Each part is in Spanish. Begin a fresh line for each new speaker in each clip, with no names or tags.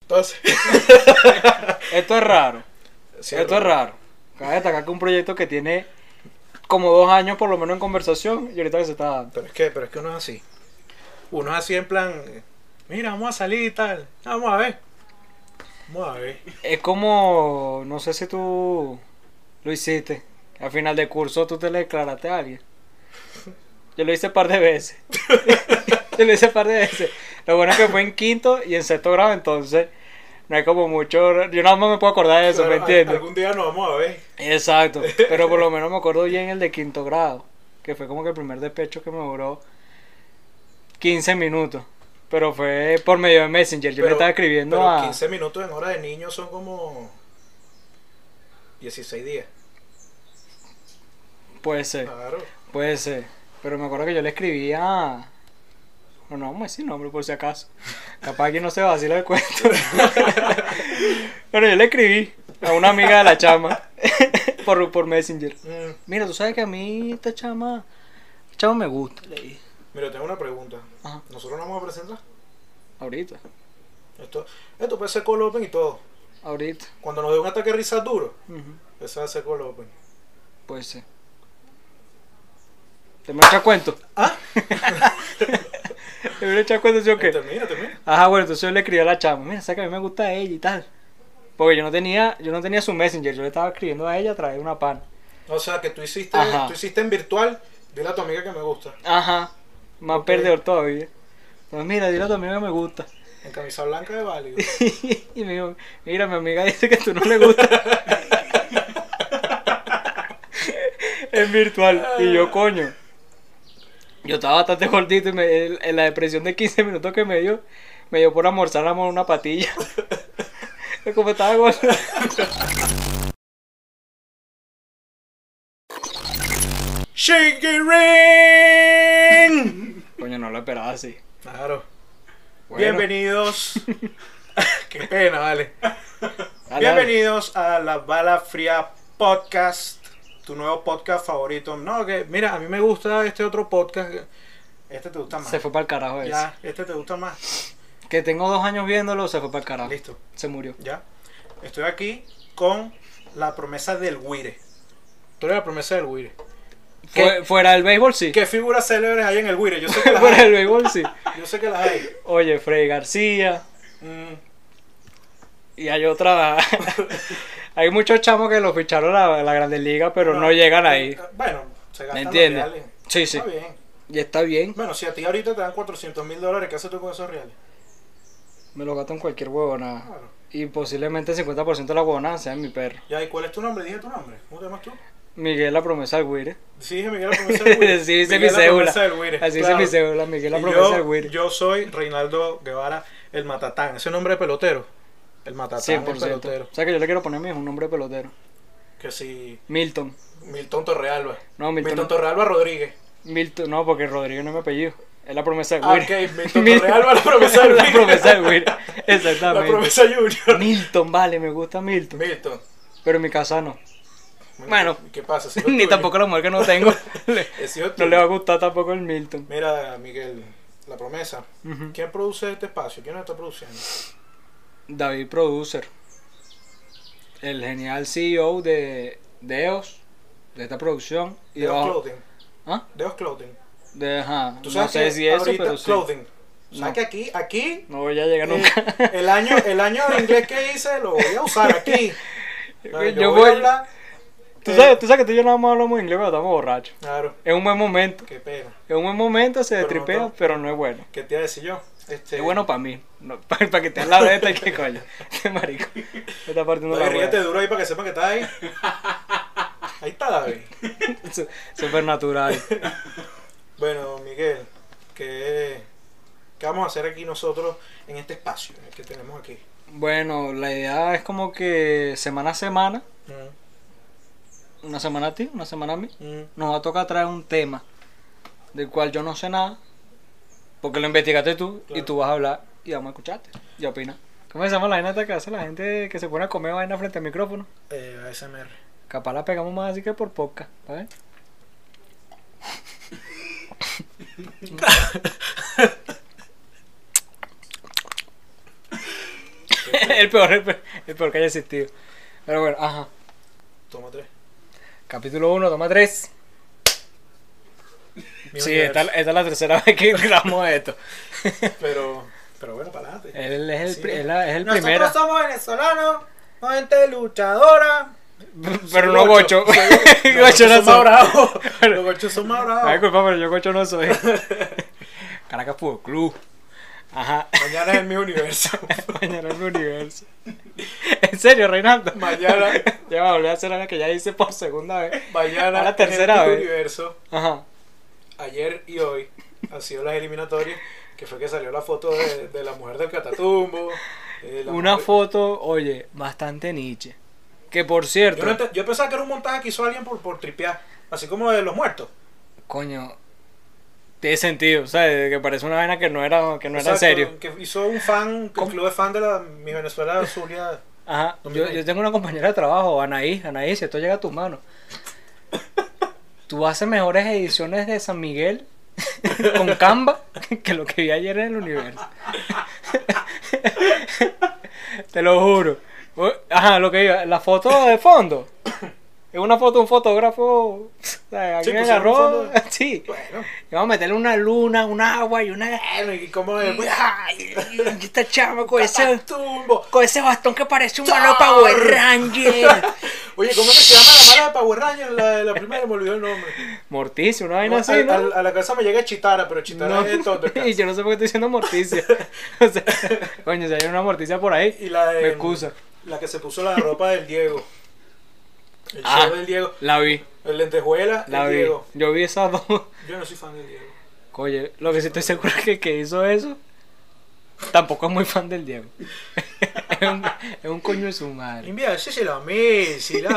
Entonces,
Esto es raro.
sí,
Esto es raro. Cabe destacar que un proyecto que tiene como dos años por lo menos en conversación y ahorita que se está dando.
Pero es que, pero es que uno es así. Uno es así en plan, mira, vamos a salir y tal. Vamos a ver. Vamos a ver.
Es como, no sé si tú lo hiciste. Al final del curso tú te le declaraste a alguien. Yo lo hice un par de veces. Yo lo hice un par de veces. Lo bueno es que fue en quinto y en sexto grado, entonces no hay como mucho... Yo nada más me puedo acordar de eso, ¿me
Claro, al-
entiendes?
Algún día nos vamos a ver.
Exacto, pero por lo menos me acuerdo bien el de quinto grado, que fue como que el primer despecho que me duró 15 minutos, pero fue por medio de Messenger, yo le estaba escribiendo
pero
a...
15 minutos en hora de niño son como 16 días.
Puede ser,
Claro.
puede ser, pero me acuerdo que yo le escribía a... No, no vamos a decir nombre por si acaso, capaz que no se vacila el cuento, pero yo le escribí a una amiga de la chama por, por Messenger.
Mm,
Mira, tú sabes que a mí esta chama, esta chama me gusta, le dije.
Mira, tengo una pregunta.
Ajá.
¿Nosotros nos vamos a presentar?
Ahorita,
Esto, esto puede ser call open y todo.
ahorita.
Cuando nos dé un ataque de risa duro,
Ujú,
eso va a ser call open.
Puede ser. ¿Te me echas cuento?
Ah,
¿Te me echas cuento, sí o qué?
termina, termina.
Ajá, bueno, entonces yo le escribí a la chama. Mira, sabes que a mí me gusta ella y tal. Porque yo no tenía, yo no tenía su messenger, yo le estaba escribiendo a ella a través de una pan.
O sea, que tú hiciste,
Ajá.
tú hiciste en virtual, dile a tu amiga que me gusta.
Ajá. Más
Ok.
perdedor todavía. Entonces, mira, dile a tu amiga que me gusta.
En camisa blanca de válido.
y me dijo, mira, mi amiga dice que tú no le gusta. en virtual. Y yo, coño. Yo estaba bastante gordito y me- el- en la depresión de 15 minutos que me dio, me dio por almorzar amor, una patilla. Como estaba gordo.
Shaky Ring.
Coño, no lo esperaba así.
Claro.
Bueno.
Bienvenidos. Qué pena, vale.
Ah, Dale,
Bienvenidos a la Bala Fría Podcast, tu nuevo podcast favorito. No, que mira, a mí me gusta este otro podcast. Este te gusta
dale.
más.
Se fue para el carajo ese.
ya, este te gusta más.
Que tengo dos años viéndolo, se fue para el carajo.
Listo,
Se murió.
ya. Estoy aquí con la promesa del Guire. Tú eres la promesa del Guire.
Fue- fuera del béisbol, sí.
¿Qué figuras célebres hay en el Guire? Yo sé que las
fuera del
hay.
béisbol, sí.
Yo sé que las hay.
Oye, Freddy García.
Mm,
Y hay otra. hay muchos chamos que los ficharon a la, la Grande Liga, pero no, llegan ahí.
eh, Bueno, se gastan
¿Me
los
entiendes?
reales.
Sí, sí.
Está bien.
Y está bien.
Bueno, si a ti ahorita te dan 400 mil dólares, ¿qué haces tú con esos reales?
Me lo gasto en cualquier huevonada.
Claro.
Y posiblemente el 50% de la huevonada sea mi perro.
Ya, ¿y cuál es tu nombre? Dije tu nombre. ¿Cómo te llamas tú?
Miguel la promesa del Guire.
Sí, dije Miguel la promesa del Guire.
Así dice
Miguel la
mi cédula.
promesa del Guire,
Así dice
claro.
mi cédula, Miguel la
Y
promesa
yo,
del Guire.
Yo soy Reinaldo Guevara, el Matatán. Ese nombre de pelotero. El Matatán, el
100%.
pelotero.
O sea que yo le quiero poner a mi hijo un nombre de pelotero.
Que si
Milton.
Milton Torrealba.
No, Milton-
Milton, Torrealba Rodríguez.
Milton, no, porque Rodríguez no es mi apellido. Es la promesa del
Ah,
Guire.
ok, Milton Torrealba, la promesa del
La
Guire.
promesa del Guire.
La
Exactamente.
promesa Junior.
Milton, vale, me gusta Milton.
Milton.
Pero en mi casa no. Bueno.
¿Qué pasa? Si no es
Ni
tuyo.
tampoco la mujer que no tengo. le-
Es hijo
no
tuyo.
le va a gustar tampoco el Milton.
Mira, Miguel, la promesa.
Ujú.
¿Quién produce este espacio? ¿Quién lo está produciendo?
David Producer. El genial CEO de Deos, de esta producción. Y
Deos
bajo-
Clothing.
¿Ah?
Deos Clothing.
De, ajá,
¿Tú
no
sabes
sé
que
si eso,
ahorita
pero sí.
Clothing. O sea
No.
que aquí, aquí
No voy a llegar
Eh,
nunca.
el año el año de inglés que hice lo voy a usar aquí Ah,
Yo
yo, voy a
voy-
hablar
¿Tú,
eh,
sabes, tú sabes que tú y yo nada más hablamos inglés cuando estamos borrachos.
claro
Es un buen momento.
qué pena
Es un buen momento, se
Pero no
tripea,
todo.
pero no es bueno.
qué te iba a decir yo este
Es bueno para mí. para que te la beta y que coño. Qué marico. Esta parte no
no
la
te
voy
ríete
a-
duro ahí para que sepan que estás ahí ahí está David
Su- Supernatural.
bueno Miguel qué qué vamos a hacer aquí nosotros en este espacio que tenemos aquí
Bueno, la idea es como que semana a semana,
Mm,
una semana a ti, una semana a mí,
mm.
nos va a tocar traer un tema del cual yo no sé nada, porque lo investigaste tú y
Claro.
tú vas a hablar y vamos a escucharte y opinar. ¿Cómo se llama la vaina esta que hace la gente que se pone a comer vaina frente al micrófono?
Eh, ASMR
Capaz la pegamos más así que por poca, ¿sabes?
qué
el peor, el peor, el peor que haya existido. Pero bueno, ajá.
Toma tres.
Capítulo 1, toma 3.
Mi
Sí,
universo.
esta, esta es la tercera vez que grabamos esto.
Pero, pero bueno, para adelante.
Él es el,
Sí.
pri- es la- es el
Nosotros
primero.
somos venezolanos, somos gente luchadora.
Pero no gocho.
Los
Gocho
gochos
no
son más
soy.
bravos. Los gochos son más
Ah,
bravos.
disculpa, pero yo gocho no soy. Caracas Fútbol Club. Ajá.
Mañana es mi universo.
Mañana es mi universo. ¿En serio, Reinaldo?
Mañana.
Ya va a volver a hacer algo que ya hice por segunda vez.
Mañana
A la
es
tercera
mi
vez.
universo.
Ajá.
Ayer y hoy han sido las eliminatorias. Que fue que salió la foto de, de la mujer del Catatumbo. eh, la
Una
mujer-
foto, oye, bastante niche. Que por
Yo,
cierto,
no ent- yo pensaba que era un montaje que hizo alguien por, por tripear. Así como de los muertos.
coño, tiene sentido, ¿sabes? Que parece una vaina que no era, que no era en
Exacto,
serio.
Que hizo un fan, un
¿Cómo?
club de fan de la Mi Venezuela Zulia.
Ajá, yo,
2020.
yo tengo una compañera de trabajo, Anaí, Anaí, si esto llega a tus manos. Tú haces mejores ediciones de San Miguel con Canva que lo que vi ayer en el universo. Te lo juro. Ajá, lo que iba, la foto de fondo. Es una foto, un fotógrafo. ¿sabes?
Sí,
Alguien
pusieron un
agarró.
fondo.
Sí.
Bueno.
Y Vamos a meterle una luna, un agua y una.
Bueno, y Pues, como de.
Ay, esta chama con
¡ah,
ese,
Catatumbo.
con ese bastón que parece un
Thor.
malo Power Ranger.
Oye, ¿cómo es que se llama la mala de Power Rangers? La, la primera me olvidó el nombre.
Morticia, una vaina
No,
así,
a,
¿no?
a- a la casa me llega Chitara, pero Chitara es de
y
Thundercats.
yo no sé por qué estoy diciendo morticia. o sea, coño, si hay una morticia por ahí,
Y la de.
me excusa.
La que se puso la ropa del Diego. El
Ah.
show del Diego.
La vi,
El lentejuela
la
del
vi.
Diego.
Yo vi esas dos.
Yo no soy fan del Diego.
Oye, lo que sí estoy seguro es que el que hizo eso tampoco es muy fan del Diego. es, un, es un coño de su madre.
Envía, yo se la Messi, la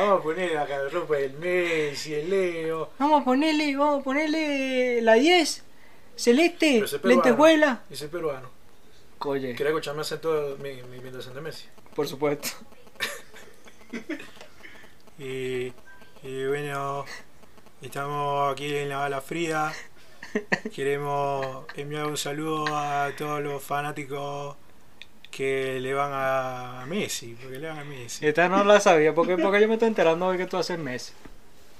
vamos a poner la ropa del Messi, el Leo.
Vamos a ponerle, vamos a ponerle la 10. Celeste,
Pero ese es peruano.
lentejuela.
Y soy peruano.
Oye,
Quiero escucharme acento mi, mi imitación de Messi.
por supuesto.
Y, y bueno, estamos aquí en la bala fría. Queremos enviar un saludo a todos los fanáticos que le van a Messi, porque le van a Messi.
Esta no la sabía, porque, porque yo me estoy enterando de que tú haces meses.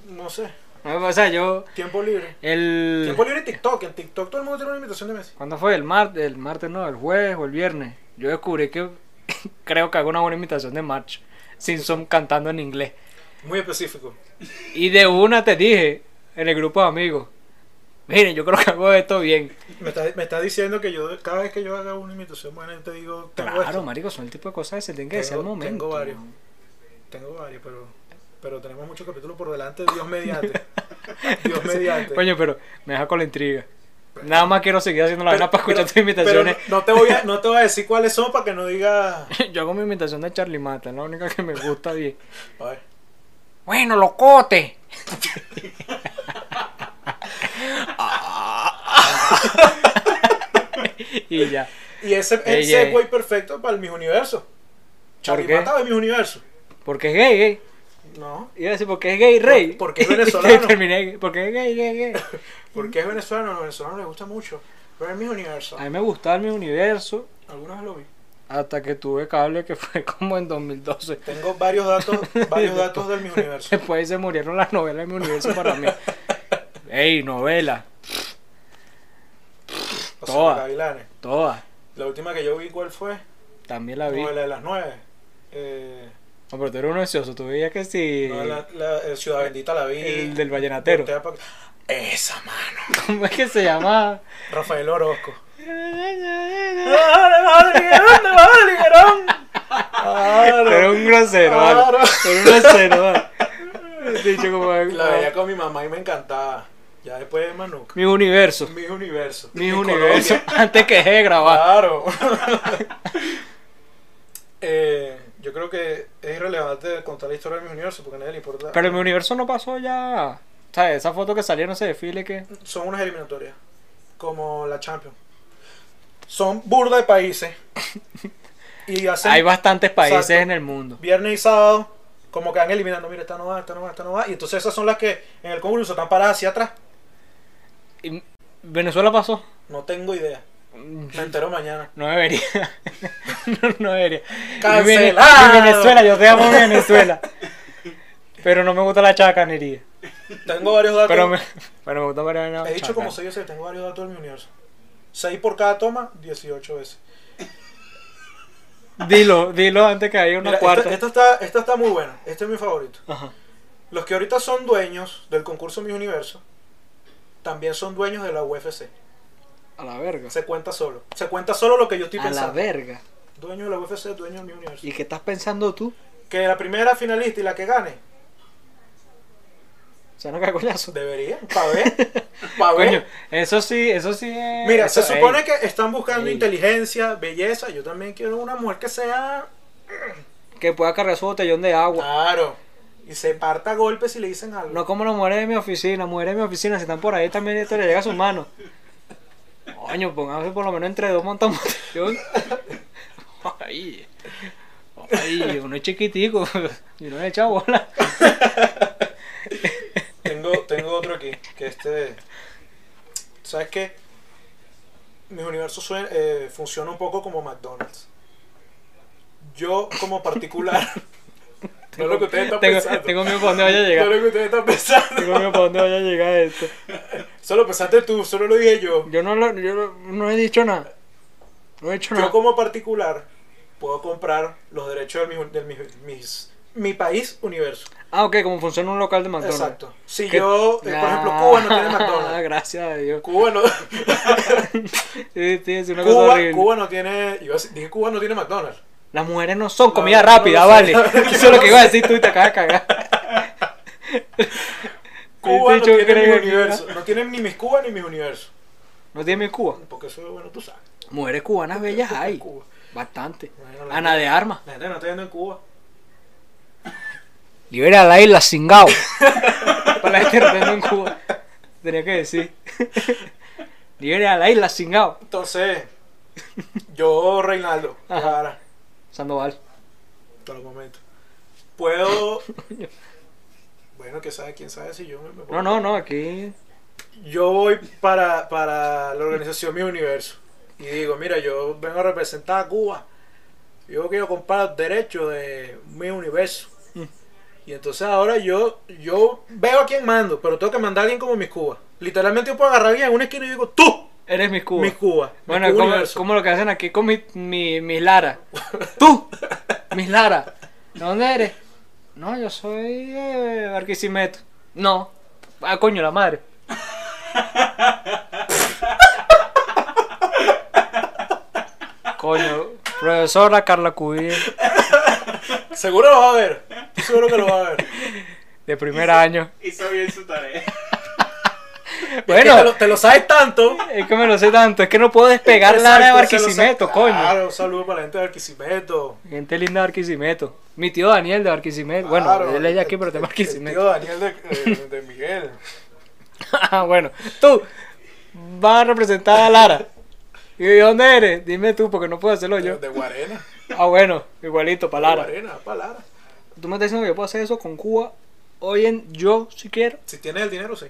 No sé,
O sea, yo.
tiempo libre.
El.
Tiempo libre en TikTok, en TikTok todo el mundo tiene una imitación de Messi.
¿Cuándo fue? El martes, el martes no, el jueves o el viernes. Yo descubrí que creo que hago una buena imitación de March Simpson cantando en inglés.
Muy específico.
Y de una te dije en el grupo de amigos, miren, yo creo que hago esto bien.
Me está, me está diciendo que yo cada vez que yo haga una imitación buena, yo te digo, tengo
Claro,
esto.
marico, son el tipo de cosas que se tienen que decir
Tengo-
al momento.
tengo varios. Tengo varios, pero, pero tenemos muchos capítulos por delante, Dios mediante. Dios mediante.
Coño, pero me deja con la intriga. Nada más quiero seguir haciendo la
Pero-
vaina para escuchar
pero-
tus imitaciones.
pero no, no te voy a, no te voy a decir cuáles son para que no diga.
Yo hago mi imitación de Charlie Mata, es la única que me gusta bien.
A ver.
Bueno, locote. y ya.
Y ese es
Ey,
el
ey.
segue perfecto para el mis universo. Charlie
qué?
Mata de mis universo.
Porque es gay, gay.
No.
Iba a decir, porque es gay, rey.
Por- porque es venezolano.
Terminé, porque es gay, gay, gay.
Porque es venezolano, a los venezolanos les gusta mucho. Pero es mis universo.
A mí me gustaba mi universo
Algunas lo vi.
hasta que tuve cable que fue como en 2012.
Tengo varios datos, varios datos del mis universo.
Después se murieron las novelas de mi universo para mí. Ey, novela,
O sea,
Todas.
los gavilanes.
todas.
La última que yo vi, ¿cuál fue?
También la vi.
Novela de las nueve. Eh,
No, pero tú eres un ansioso, tú veías que sí.
no, la- la- eh, Ciudad Bendita la vi.
El del vallenatero.
Voltea pa- Esa mano.
¿Cómo es que se llama?
Rafael Orozco.
Ah, Era un grosero, vale.
Claro.
Era un grosero, vale. Dicho como.
La veía con mi mamá y me encantaba. Ya después de Manuca.
Mi universo.
Mis universos.
Mi
Colombia.
universo. Ah. Antes que dejé de grabar.
Claro. Eh, yo creo que es irrelevante contar la historia de mis universos porque a nadie le importa.
Pero mi universo no pasó ya. O sea, esa foto que salieron ese desfile que.
Son unas eliminatorias. Como la Champions. Son burda de países. Y hacen
Hay bastantes países
Exacto.
en el mundo.
viernes y sábado. Como que van eliminando, mira, esta no va, esta no va, esta no va. Y entonces esas son las que en el concurso están paradas hacia atrás.
Y Venezuela pasó.
No tengo idea. Me entero mañana.
No debería. no, no debería.
Cancelado.
Mi Vene- mi Venezuela, yo te amo Venezuela. Pero no me gusta la chacanería.
Tengo varios datos.
Pero me, pero me gusta Mariana.
He dicho como seis veces, tengo varios datos en mi universo. 6 por cada toma, 18 veces.
Dilo, dilo antes que haya una
Mira,
cuarta.
esta, esta está, esta está muy buena. Este es mi favorito.
Ajá.
Los que ahorita son dueños del concurso Mi Universo, también son dueños de la UFC.
A la verga.
Se cuenta solo. Se cuenta solo lo que yo estoy
A la
pensando.
verga.
Dueño de la UFC, dueño de Mi Universo.
¿Y qué estás pensando tú?
Que la primera finalista y la que gane,
Se no cae coñazo.
debería, para ver. Pa' ver.
Coño, eso sí, eso sí es.
Mira, se
eso-
supone
ey,
que están buscando
Ey.
inteligencia, belleza. Yo también quiero una mujer que sea.
Que pueda cargar su botellón de agua.
Claro. Y se parta a golpes si le dicen algo.
No como las mujeres de mi oficina. Mujeres de mi oficina, si están por ahí también esto le llega a sus manos. Coño, pónganse por lo menos entre dos montamos botellón. Ay. Ay, uno es chiquitico y uno es echa bola.
Tengo, tengo otro aquí, que este... ¿Sabes qué? Mis universos suen- eh, funciona un poco como McDonald's. Yo como particular... no es lo que ustedes están
Tengo,
pensando.
tengo miedo para dónde vaya a
no es
llegar.
lo que ustedes están pensando.
Tengo miedo para dónde vaya a llegar esto.
Solo pensaste tú, solo lo dije yo.
Yo no, lo, yo no- no he dicho nada. No he hecho
Yo
nada.
como particular puedo comprar los derechos de, mi, de mis, mis- mi país universo.
Ah, ok, como funciona un local de McDonald's.
Exacto. Si
¿Qué?
yo, eh, por ejemplo,
Ah,
Cuba no tiene
Ah,
McDonald's.
gracias a Dios.
Cuba no,
Sí, sí, es una cosa
Cuba,
horrible.
Cuba no tiene... Yo dije Cuba no tiene McDonald's.
Las mujeres no son comida
Ah, No, no,
rápida,
no,
vale.
no, no,
Eso es lo que iba a decir tú y te acabas de cagar.
Cuba no
Este hecho
tiene
creo
mis
que-
universos. No tienen ni mis Cuba ni mis universos.
No tiene mi Cuba.
Porque eso, bueno, tú sabes.
Mujeres cubanas bellas Pues hay.
Cuba.
Bastante.
Bueno, la,
Ana de Armas.
la gente no está yendo en Cuba.
Libera la isla Singao. Para la gente rodeando en Cuba. Tenía que decir. Libera la isla Singao.
Entonces, yo, Reinaldo,
Ajá.
ahora,
Sandoval.
hasta el momento, puedo. bueno, que sabe, quién sabe si yo me. me
No,
pongo-
no, no, aquí.
Yo voy para, para la organización Mi Universo y digo: Mira, yo vengo a representar a Cuba. Yo quiero comprar los derechos de Mi Universo.
Mm.
Y entonces ahora yo, yo veo a quién mando, pero tengo que mandar a alguien como mis Cuba. Literalmente yo puedo agarrar a alguien en una esquina y digo, tú,
Eres mi Cuba.
mis Cuba. mis
Bueno,
Cuba
como,
universo".
como lo que hacen aquí con mi, mi, mis Lara. Tú, mis Lara. ¿De dónde eres? No, yo soy eh, Barquisimeto. No. Ah, coño, la madre. coño, profesora Carla Cubí,
Seguro lo va a ver. Estoy Seguro que lo va a ver.
de primer año.
Hizo bien su tarea.
Es que te, lo,
Bueno,
te lo sabes tanto.
es que me lo sé tanto, es que no puedo despegar Lara
Exacto, se
de
lo
Barquisimeto,
sabe.
coño.
Claro, un saludo para la gente de Barquisimeto.
Gente linda de Barquisimeto. Mi tío Daniel de Barquisimeto. bueno,
Claro,
él es de aquí, pero
el-
de
el-
Barquisimeto.
el tío Daniel de, eh, de- de Miguel.
Ah, bueno, tú vas a representar a Lara. ¿Y de dónde eres? Dime tú, porque no puedo hacerlo
eh, De,
yo.
de Guarena.
Ah, bueno, igualito, para
De
Lara.
Guarena, para Lara.
Tú me estás diciendo que yo puedo hacer eso con Cuba hoy en yo, si quiero.
Si tienes el dinero, sí.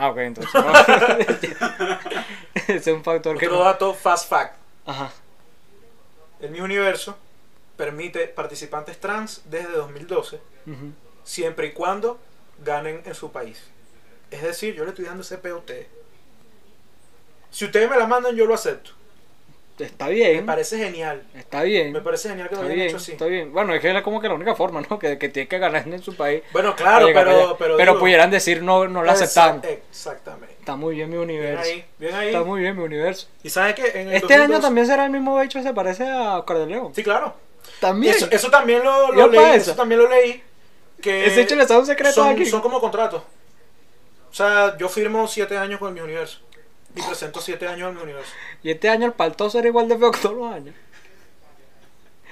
Ah, ok, entonces. no. Ese es un factor que.
Otro
No.
dato, fast fact.
Ajá.
El Mi Universo permite participantes trans desde 2012,
ujú.
siempre y cuando ganen en su país. Es decir, yo le estoy dando ese peo a ustedes. Si ustedes me la mandan, yo lo acepto.
Está
Me
bien.
parece genial.
Está bien.
Me parece genial que lo
Está
hayan
bien,
hecho así.
está bien. Bueno, es que era como que la única forma, ¿no? Que, que tiene que ganar en su país.
Bueno, claro,
Oye,
pero,
capaz-
pero. digo,
pudieran decir no, no la
exa-
aceptamos.
Exactamente.
Está muy bien mi
Bien
universo.
ahí, bien ahí.
Está muy bien mi universo.
Y sabes que en el
Este año
2012
también será el mismo bicho, se parece a Oscar de León.
Sí, claro.
También.
Eso, eso también lo,
Yo
lo leí.
pa'
Eso.
eso.
también lo leí. Que
Ese hecho le está un secreto
son,
aquí.
son como contratos. O sea, yo firmo siete años con mi universo. Y presento siete años a mi universo.
Y este año el paltoso era igual de feo que todos los años.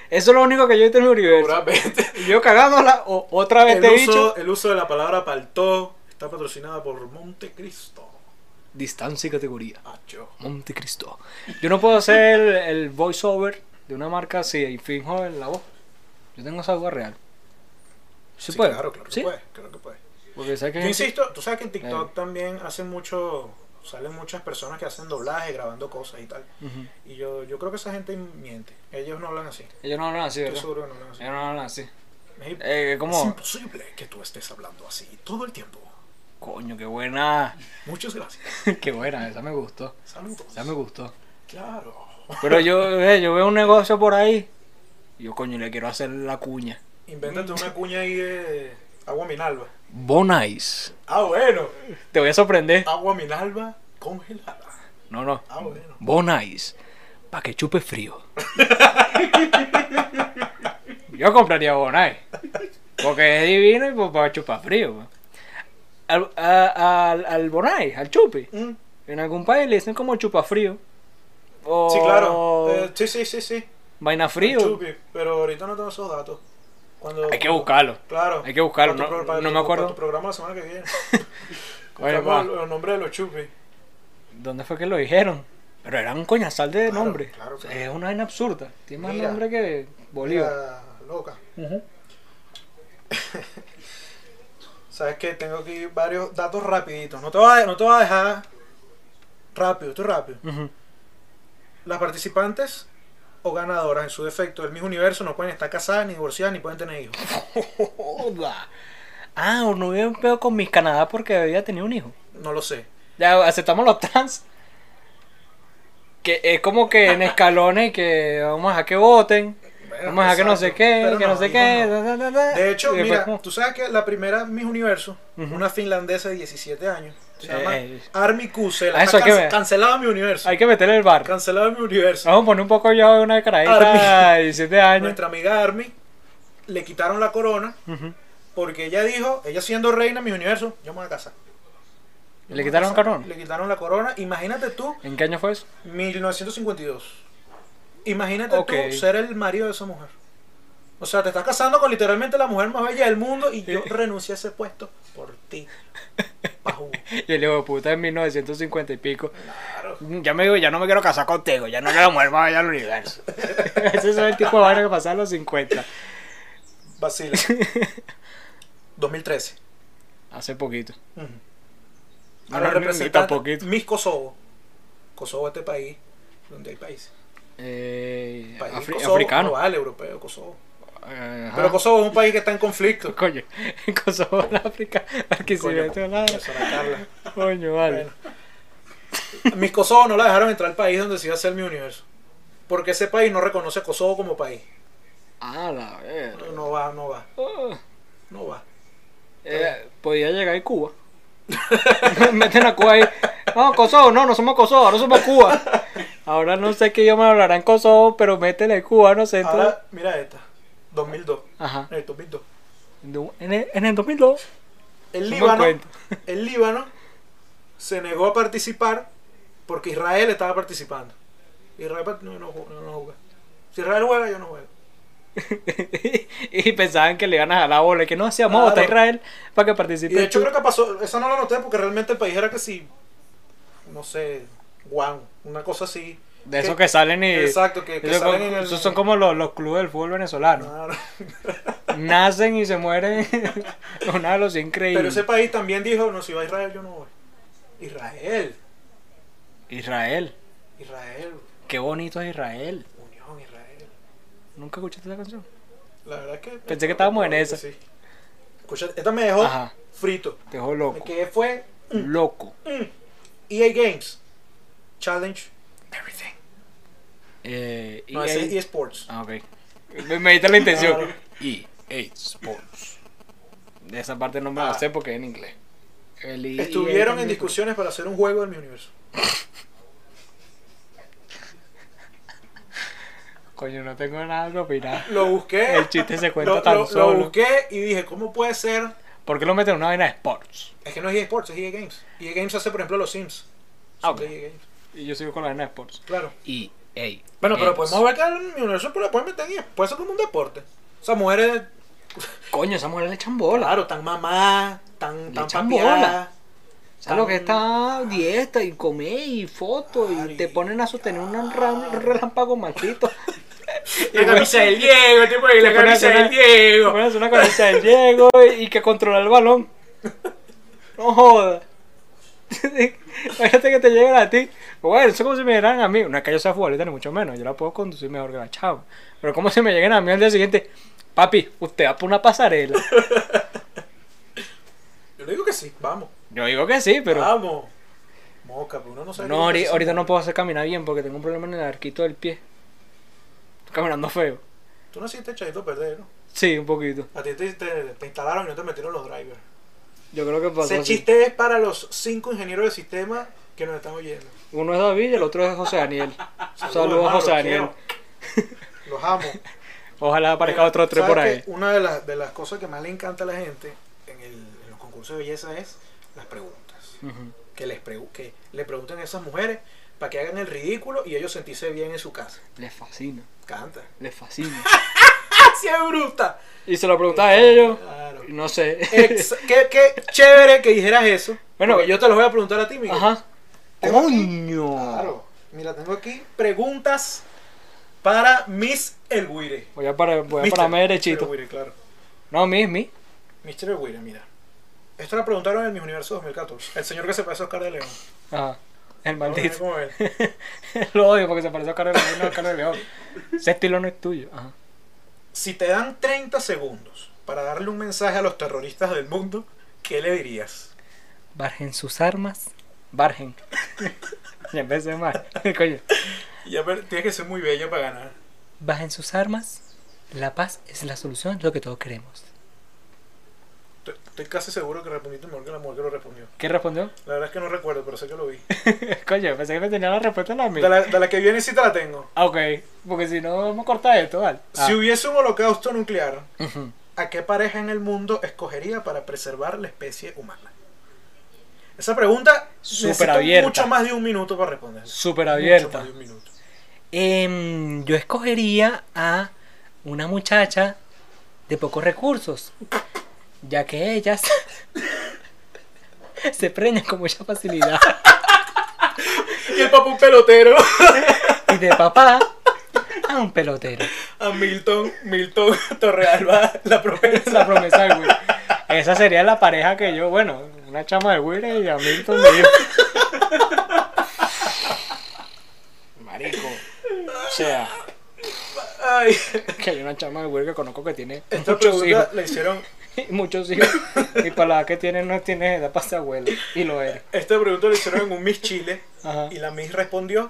Eso es lo único que yo he visto en mi universo.
Seguramente.
Y Yo cagándola o otra vez
El
te he Pues, dicho.
uso, el uso de la palabra paltó está patrocinada por Montecristo.
Distancia y categoría.
Acho.
Montecristo. Yo no puedo hacer el, el voiceover de una marca así y finjo en la voz. Yo tengo esa duda real. ¿Se
Sí,
puede?
Claro, claro que
¿Sí?
puede. Claro que puede.
Porque sabes que
Yo insisto, tú sabes que en TikTok
Eh.
también hacen mucho salen muchas personas que hacen doblaje, grabando cosas y tal.
Ujú.
Y yo, yo creo que esa gente miente. Ellos no hablan así.
Ellos no hablan así,
Estoy
¿verdad?
seguro que no hablan así.
Ellos no hablan así.
Es
Eh, ¿Cómo?
imposible que tú estés hablando así todo el tiempo.
Coño, qué buena.
Muchas gracias.
qué buena, esa me gustó.
Saludos.
Esa me gustó.
Claro.
Pero yo, eh, yo veo un negocio por ahí. y Yo, coño, le quiero hacer la cuña.
Invéntate una cuña ahí de agua minalba.
Bonais.
Ah, bueno.
Te voy a sorprender.
Agua minalba congelada.
No, no.
Ah, bueno.
Bonais. Para que chupe frío. yo compraría Bonais. Porque es divino y pues para chupar frío. pues. Al, a- al, al Bonais, al chupi.
Mm,
En algún país le dicen como chupa frío. O
Sí, claro. Eh, sí, sí, sí, sí.
vaina Oh. frío.
Chupi, pero ahorita no tengo esos datos. Cuando,
Hay que buscarlo.
Claro.
hay que buscarlo,
Para tu
no-
pro- para
no
tu-
me acuerdo.
Para tu programa la semana que viene.
Oye,
Buscamos
pa,
el, el nombre de los chupis.
¿Dónde fue que lo dijeron? Pero era un coñazal de
Claro,
nombre.
claro, claro.
Es una vaina absurda. Tiene más
Mira.
nombre que Bolívar.
Mira, loca.
Ujú.
Sabes que tengo aquí varios datos rapiditos. No te voy a, no te voy a dejar rápido, tú rápido.
Ujú.
Las participantes o ganadoras en su defecto del mismo universo no pueden estar casadas, ni divorciadas, ni pueden tener hijos.
Joda. Ah, no hubiera un pedo con mis Canadá porque había tenido un hijo.
No lo sé.
Ya aceptamos los trans. Que es como que en escalones que vamos a dejar que voten.
Bueno,
Vamos a dejar que no sé
exacto.
qué,
Pero
que no, sé
hijos
qué.
no.
da, da, da, da.
De hecho,
Y después
mira,
como-
tú sabes que la primera Miss Universo,
Ujú.
una finlandesa de 17 años, se
Eh,
llama
eh.
Armi Kusela.
Ah, eso hay que ver.
cancelado mi universo.
hay que meterle el bar.
Cancelado mi universo.
Vamos a poner un poco yo de una carajita
Army.
de 17 años.
Nuestra amiga Armi le quitaron la corona
Ujú.
porque ella dijo, ella siendo reina mi universo, yo me voy a casar. Yo me voy
¿Le
a
quitaron
casar.
carón?
Le quitaron la corona. Imagínate tú,
¿En qué año fue eso?
1952. Imagínate
Ok.
tú ser el marido de esa mujer. O sea, te estás casando con literalmente la mujer más bella del mundo y yo renuncié a ese puesto por ti. Pajú.
Y el hijo de puta en 1950 y pico.
Claro.
Ya me digo, ya no me quiero casar contigo, ya no quiero mujer más allá del universo. Ese es el tipo de vaina que pasaba en los 50.
Vacila. 2013.
Hace poquito.
Ujú.
No,
A la
no, ni- ni tan
representante
poquito.
Miss Kosovo. Kosovo es este país donde hay países.
Eh,
País
afri-
Kosovo,
africano. Eh,
global, europeo, Kosovo.
Ajá.
Pero Kosovo es un país que está en conflicto.
Coño, en Kosovo, en África, Barquisimeto, en la-
Profesora Carla.
Coño, vale.
Bueno. Mis Kosovo no la dejaron entrar al país donde se iba a hacer mi universo. Porque ese país no reconoce a Kosovo como país.
Ah, la
No,
verga.
no va, no va,
Oh,
no va.
eh, podía llegar a Cuba. Meten a Cuba ahí. No, Kosovo, no, no somos Kosovo, ahora somos Cuba. Ahora no sé qué idioma hablarán Kosovo, pero métele Cuba, no sé. entonces-
Ahora, mira esta. 2002.
Ajá.
En el 2002.
En el, en el 2002.
El
No me
Líbano,
cuento.
el Líbano se negó a participar porque Israel estaba participando. Israel part- no, no, ju- no, no juega. Si Israel juega, yo no juego.
y pensaban que le iban a jalar bola. Y que no, si vamos a votar a Israel para que participe.
Y de hecho
tú.
creo que pasó, eso no lo noté porque realmente el país era que si, no sé, Guam, una cosa así.
de esos que salen y.
Exacto, que, que
Esos,
salen
co-
en el-
esos son como los, los clubes del fútbol venezolano.
Claro.
Nacen y se mueren. Una de los increíbles.
Ah. Pero ese país también dijo, no, si va a Israel yo no voy. Israel,
Israel.
Israel,
Qué bonito es Israel.
Unión, Israel.
¿Nunca escuchaste esa canción?
La verdad es que...
Pensé que estábamos en esa.
Sí. Escucha, esta me dejó
Ajá.
frito.
Te dejó
Me
loco.
quedé fue
Loco.
EA Games. Challenge. Everything.
Eh,
No,
EA
ese es EA Sports.
Ah, ok. Me, me diste la intención.
Claro.
EA Sports. De esa parte no me la
Ah.
sé porque es en inglés. El EA
Estuvieron en
E también.
discusiones para hacer un juego en mi universo.
Coño, no tengo nada que opinar.
Lo busqué.
El chiste se cuenta
lo,
tan
lo- lo
solo.
busqué y dije, ¿cómo puede ser?
¿Por qué lo meten en una vaina de sports?
Es que no es EA Sports, es EA Games. EA Games hace, por ejemplo, los Sims.
Ah,
Son
ok.
de EA Games.
Y yo sigo con la vaina de sports. eh,
Claro.
EA.
Bueno, pero pues-
Games.
podemos ver que el universo pero pueden meter en E Puede ser como un deporte. O sea, mujeres, oh,
Coño, esa mujer le echan bola.
claro, tan mamá, tan,
Le
tan
echan
papeada.
bola. ¿Sabes lo que está dieta y comer y fotos y te ponen a sostener un, ram- un relámpago maldito?
La camisa del Diego, te pones la
Te pones
camisa
una-
del Diego.
Te pones una camisa del Diego y que controla el balón. No jodas. Imagínate que te lleguen a ti. Bueno, eso es como si me llegaran a mí. No es que yo sea futbolista, ni mucho menos. Yo la puedo conducir mejor que la chava. Pero como si me lleguen a mí al día siguiente. Papi, usted va por una pasarela.
Yo le digo que sí, vamos.
Yo digo que sí, pero.
Vamos. Moca, pero uno no sabe.
No,
cómo
ahori-
se
ahorita
mueve.
no puedo hacer caminar bien porque tengo un problema en el arquito del pie. Estoy caminando feo.
Tú naciste echadito a perder, ¿no?
Sí, un poquito.
A ti te, te- te instalaron y no te metieron los drivers.
Yo creo que pasó.
Ese
así.
chiste es para los cinco ingenieros de sistema que nos están oyendo.
Uno es David y el otro es José Daniel.
Saludos,
Saludos a
hermano,
José
los
Daniel.
quiero. Los amo.
Ojalá aparezca
Mira,
otro tres
¿sabes
por ahí.
qué? Una de, las- de las cosas que más le encanta a la gente en, el- en los concursos de belleza es las preguntas.
Ujú.
Que, les pregu- que le pregunten a esas mujeres para que hagan el ridículo y ellos sentirse bien en su casa.
Les fascina,
Canta.
les fascina.
¡Así es bruta!
y se lo preguntaba a ellos.
Claro.
y No sé.
Ex- qué, qué chévere que dijeras eso.
Bueno,
Bueno, yo te lo voy a preguntar a ti, Miguel.
Ajá.
Tengo aquí-
¡Coño!
Claro. Mira, tengo aquí preguntas para Miss El Guire.
Voy a para, voy a
Mister-
pararme
El
derechito.
Guire, claro.
No, mi es mi.
Mister El Guire, mira. Esto lo preguntaron en el Miss Universo 2014. El señor que se parece a Oscar de León.
Ajá. El
Vamos a ver
maldito.
cómo es.
Lo odio porque se pareció a Carlos León. No, Carlos León. Ese estilo no es tuyo. Ajá.
Si te dan 30 segundos para darle un mensaje a los terroristas del mundo, ¿qué le dirías?
Bargen sus armas. Bargen. ya empecé mal. Coño.
Ya, pero tienes que ser muy bella para ganar.
Bajen sus armas. La paz es la solución, es lo que todos queremos.
Estoy, estoy casi seguro que respondiste mejor que la mujer que lo respondió.
¿Qué respondió?
La verdad es que no recuerdo, pero sé que lo vi.
Coño, pensé que me tenía la respuesta en la
De
mía.
la, de la que viene sí te la tengo.
Ah, ok. Porque si no, vamos a cortar esto, ¿vale? Ah,
Si hubiese un holocausto nuclear,
Ujú.
¿a qué pareja en el mundo escogería para preservar la especie humana? Esa pregunta necesito
Superabierta.
mucho más de un minuto para responder.
Súper
Mucho
abierta.
más de un minuto.
Em, yo escogería a una muchacha de pocos recursos, ya que ellas se preñan con mucha facilidad.
Y el papá un pelotero.
Y de papá a un pelotero.
A Milton, Milton Torrealba, la promesa.
La promesa de Will. Esa sería la pareja que yo, bueno, una chama de Will y a Milton mío. Marico. O sea,
Ay,
que hay una chama de Will que conozco que tiene
esta
muchos hijos.
pregunta la hicieron,
Y muchos hijos. Y para la edad que tienes, no tienes edad para ser abuelo. Y lo eres.
esta pregunta la hicieron en un Miss Chile
Ajá.
y la Miss respondió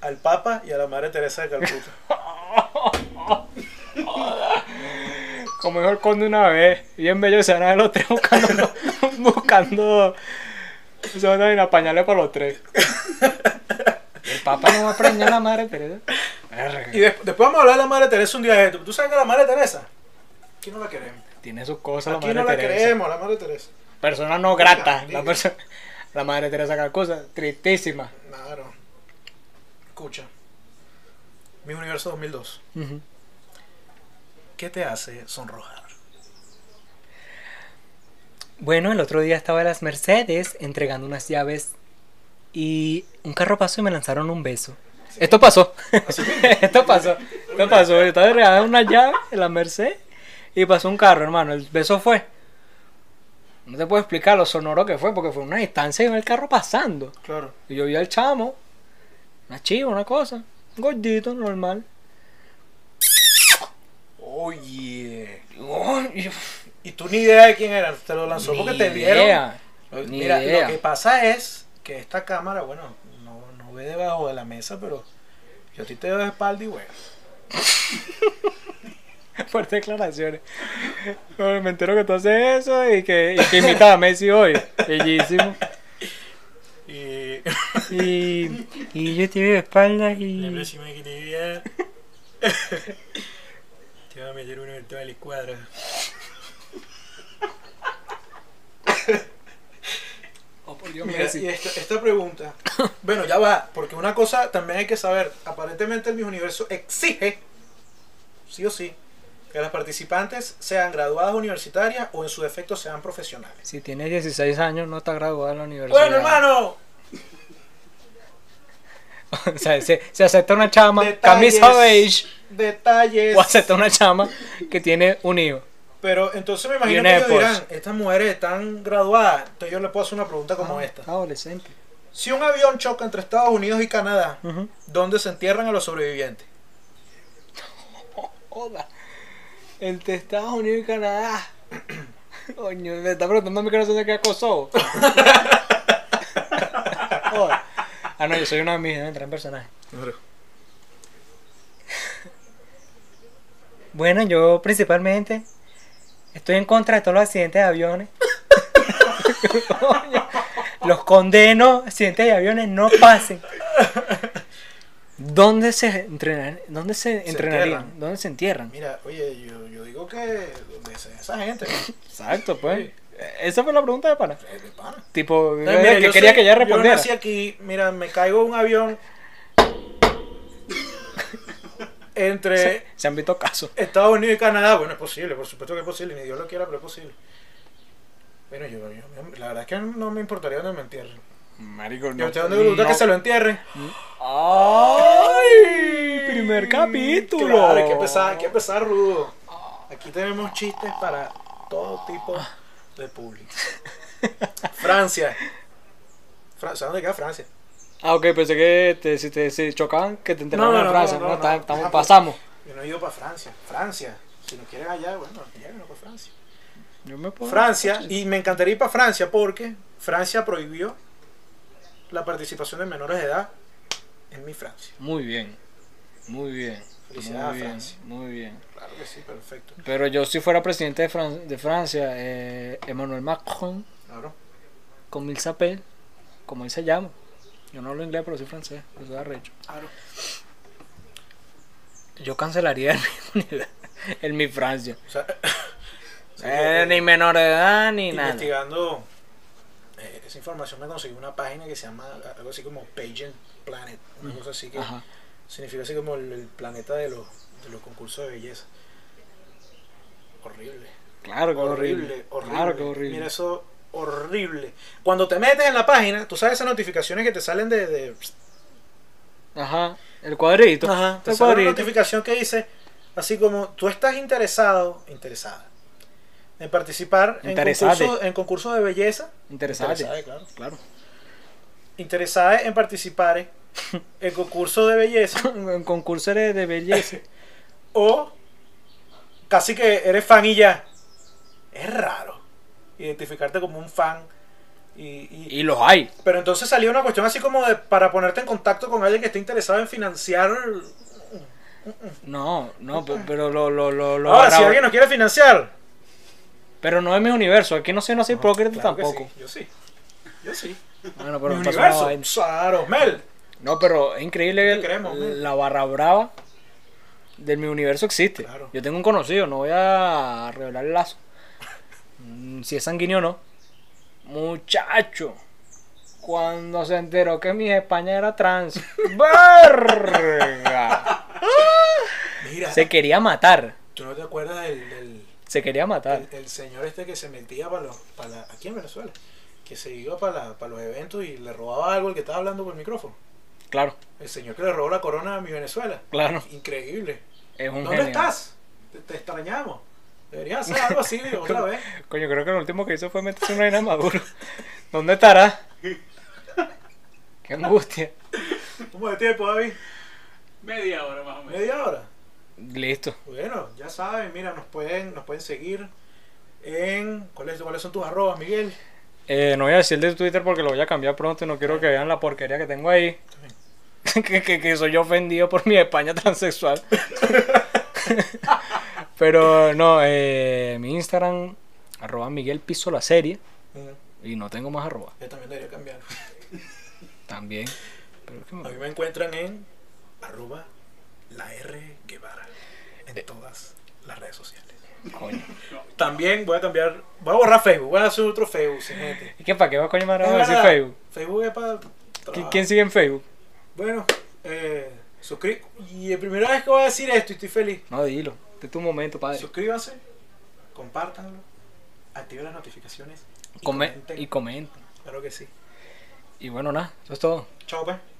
al Papa y a la Madre Teresa de Calcuta.
Como dijo el conde una vez, bien bello se van a ver los tres buscando. buscando. Se van a ir a pañales para los tres. El papá no va a preñar a la madre Teresa. Verga,
Y des- después vamos a hablar de la Madre Teresa un día de esto. ¿Tú sabes que la Madre Teresa? Aquí no la queremos.
Tiene sus cosas la
Aquí
madre
no la
Teresa.
queremos, la Madre Teresa.
Persona no grata.
Diga, diga.
La, persona, la madre Teresa Calcusa, tristísima.
Claro. Escucha. Mi Universo 2002.
Ujú.
¿Qué te hace sonrojar?
Bueno, el otro día estaba en las Mercedes entregando unas llaves y un carro pasó y me lanzaron un beso. Esto pasó. Esto pasó. Esto pasó. Yo estaba entregando unas llaves en las Mercedes y pasó un carro, hermano. El beso fue. No te puedo explicar lo sonoro que fue porque fue una distancia y iba el carro pasando.
Claro.
Y yo vi al chamo, una chiva, una cosa, gordito, normal.
Oye.
Y yo, y yo,
Y tú ni idea de quién era. Te lo lanzó porque
ni
te vieron.
idea,
Lo-
ni
Mira,
idea.
lo que pasa es que esta cámara, bueno, no, no ve debajo de la mesa, pero yo a ti te veo de espalda y bueno.
Fuertes declaraciones. Bueno, me entero que tú haces eso y que, y que imitas a Messi hoy. Bellísimo.
Y.
Y, y yo te veo de espaldas
La
y.
próxima que te vea. te va a meter uno en toda la escuadra.
Oh, por Dios,
Mira, y esta, esta pregunta. Bueno, ya va, porque una cosa también hay que saber. Aparentemente, el Miss Universo exige, sí o sí, que las participantes sean graduadas universitarias o en su defecto sean profesionales.
Si tienes 16 años, no estás graduado en la universidad.
Bueno, hermano,
o sea, se, se acepta una chama,
Detalles.
camisa beige,
detalles.
o acepta una chama que tiene un hijo.
Pero entonces me
Y
imagino
un
que ellos
Airpods.
dirán, estas mujeres están graduadas, entonces yo le puedo hacer una pregunta como
Ah,
esta.
Adolescente.
Si un avión choca entre Estados Unidos y Canadá,
Ujú.
¿dónde se entierran a los sobrevivientes?
Joda. Entre Estados Unidos y Canadá. Coño, me está preguntando a mí que no sé de qué es Kosovo. Joda. Ah, no, yo soy una mija, entra en personaje. Bueno, yo principalmente estoy en contra de todos los accidentes de aviones. Coño. los condeno, accidentes de aviones no pasen. ¿Dónde se entrenan? ¿Dónde se, entrenarían?
entierran.
¿Dónde se entierran?
Mira, oye, yo, yo digo que de esa, esa gente,
Exacto, pues. Esa fue la pregunta de pana.
es de pana.
Tipo,
No, mira,
Eh, que
yo
quería
sé-
que ella
Yo
respondiera.
nací aquí, mira, me caigo de un avión entre
Se han visto casos.
Estados Unidos y Canadá. Bueno, es posible, por supuesto que es posible, ni Dios lo quiera, pero es posible. Bueno, yo, yo- la verdad es que no me importaría donde me entierren.
Marico,
Yo estoy dando bruta que se lo entierren.
¡Ay! Primer capítulo.
Claro, hay que empezar, hay que empezar rudo. Aquí tenemos chistes para todo tipo de público. Francia. Fran- ¿Sabes dónde queda Francia?
Ah, ok, pensé que te, si te si chocaban, que te enterraron
No,
en
no,
Francia.
no,
No,
no,
está-
no.
estamos-
Ah, pues.
pasamos.
Yo no he ido para Francia. Francia. Si no quieren allá, bueno, lleguen para Francia.
Yo me puedo-
Francia, y me encantaría ir para Francia porque Francia prohibió la participación de menores de edad en mi Francia.
Muy bien. Muy bien.
Felicidades a
muy bien.
Francia.
Muy bien.
Claro que sí, perfecto.
Pero yo si fuera presidente de, Fran- de Francia, eh, Emmanuel Macron,
Claro.
con mil sapel, como él se llama. Yo no hablo inglés, pero soy francés, yo soy arrecho.
Claro.
Yo cancelaría el mi, unidad- el mi Francia.
O sea, sí,
Eh,
yo-
ni menor de edad, ni nada.
investigando eh, esa información me conseguí una página que se llama algo así como Pageant Planet, una cosa así que
Ajá.
significa así como el, el planeta de los, de los concursos de belleza. Horrible.
Claro que horrible.
Horrible, horrible.
Claro que horrible.
Mira eso, horrible. Cuando te metes en la página, tú sabes esas notificaciones que te salen de... de-
Ajá. El cuadrito.
Ajá, te
El
sale una
cuadrito.
notificación que dice, así como, tú estás interesado, interesada, en participar en
Interesade.
concursos en concursos de belleza.
Interesante.
Interesade, claro.
Claro.
interesada en participar en concurso de belleza
En concurso de de belleza.
o casi que eres fan y ya. Es raro identificarte como un fan. Y, y-
y los hay.
Pero entonces salió una cuestión así como de para ponerte en contacto con alguien que esté interesado en financiar.
No, no, pe- pero lo, lo, lo, lo
Ahora,
agarraba.
Ah, si alguien nos quiere financiar.
Pero no es mi universo. Aquí no soy, no soy hipócrita
Claro que
tampoco.
sí, yo sí. Yo sí.
Bueno,
Mi
pero entonces no
universo.
hay-
Claro, Mel.
No, pero es increíble
Te
que
queremos, man.
la barra brava de mi universo existe.
Claro.
Yo tengo un conocido, no voy a revelar el lazo. Mm, si es sanguíneo o no. Muchacho, cuando se enteró que mi España era trans, verga,
Mira,
se quería matar.
¿tú no te acuerdas del- del,
Se quería matar.
El, el señor este que se metía para los, para la- aquí en Venezuela, que se iba para, la- para los eventos y le robaba algo al que estaba hablando por el micrófono.
Claro,
El señor que le robó la corona a mi Venezuela.
claro.
Increíble.
Es un
¿Dónde
genio.
estás? Te, te extrañamos. Deberías hacer algo así otra vez.
Coño, creo que lo último que hizo fue meterse una vaina de maduro. ¿Dónde estará? Qué angustia.
¿Cómo de tiempo, David?
Media hora más o menos.
¿Media hora?
Listo.
Bueno, ya saben, mira, nos pueden, nos pueden seguir en... ¿Cuáles cuáles son tus arrobas, Miguel?
Eh, no voy a decir de Twitter porque lo voy a cambiar pronto y no quiero que vean la porquería que tengo ahí. que, que- que soy ofendido por mi España transexual. Pero no, eh, mi Instagram, arroba Miguel Piso la serie. Y no tengo más arroba.
Yo también debería cambiar.
También. Pero es que
A mí
me-
me encuentran en arroba la R Guevara
Eh.
en todas las redes sociales.
coño.
También voy a cambiar, voy a borrar Facebook, voy a hacer otro Facebook sin gente.
¿Y qué para qué va coño más
Es
arroba si
verdad,
Facebook?
Facebook es para
¿Qui-
trabajo.
¿Quién sigue en Facebook?
Bueno, eh, suscri- y la primera vez que voy a decir esto y estoy feliz.
No, dilo. Este es tu momento, padre.
Suscríbanse, compártanlo, activen las notificaciones y
Come-
comenten.
y comenta.
Claro que sí.
Y bueno, nada, eso es todo.
Chao, pues.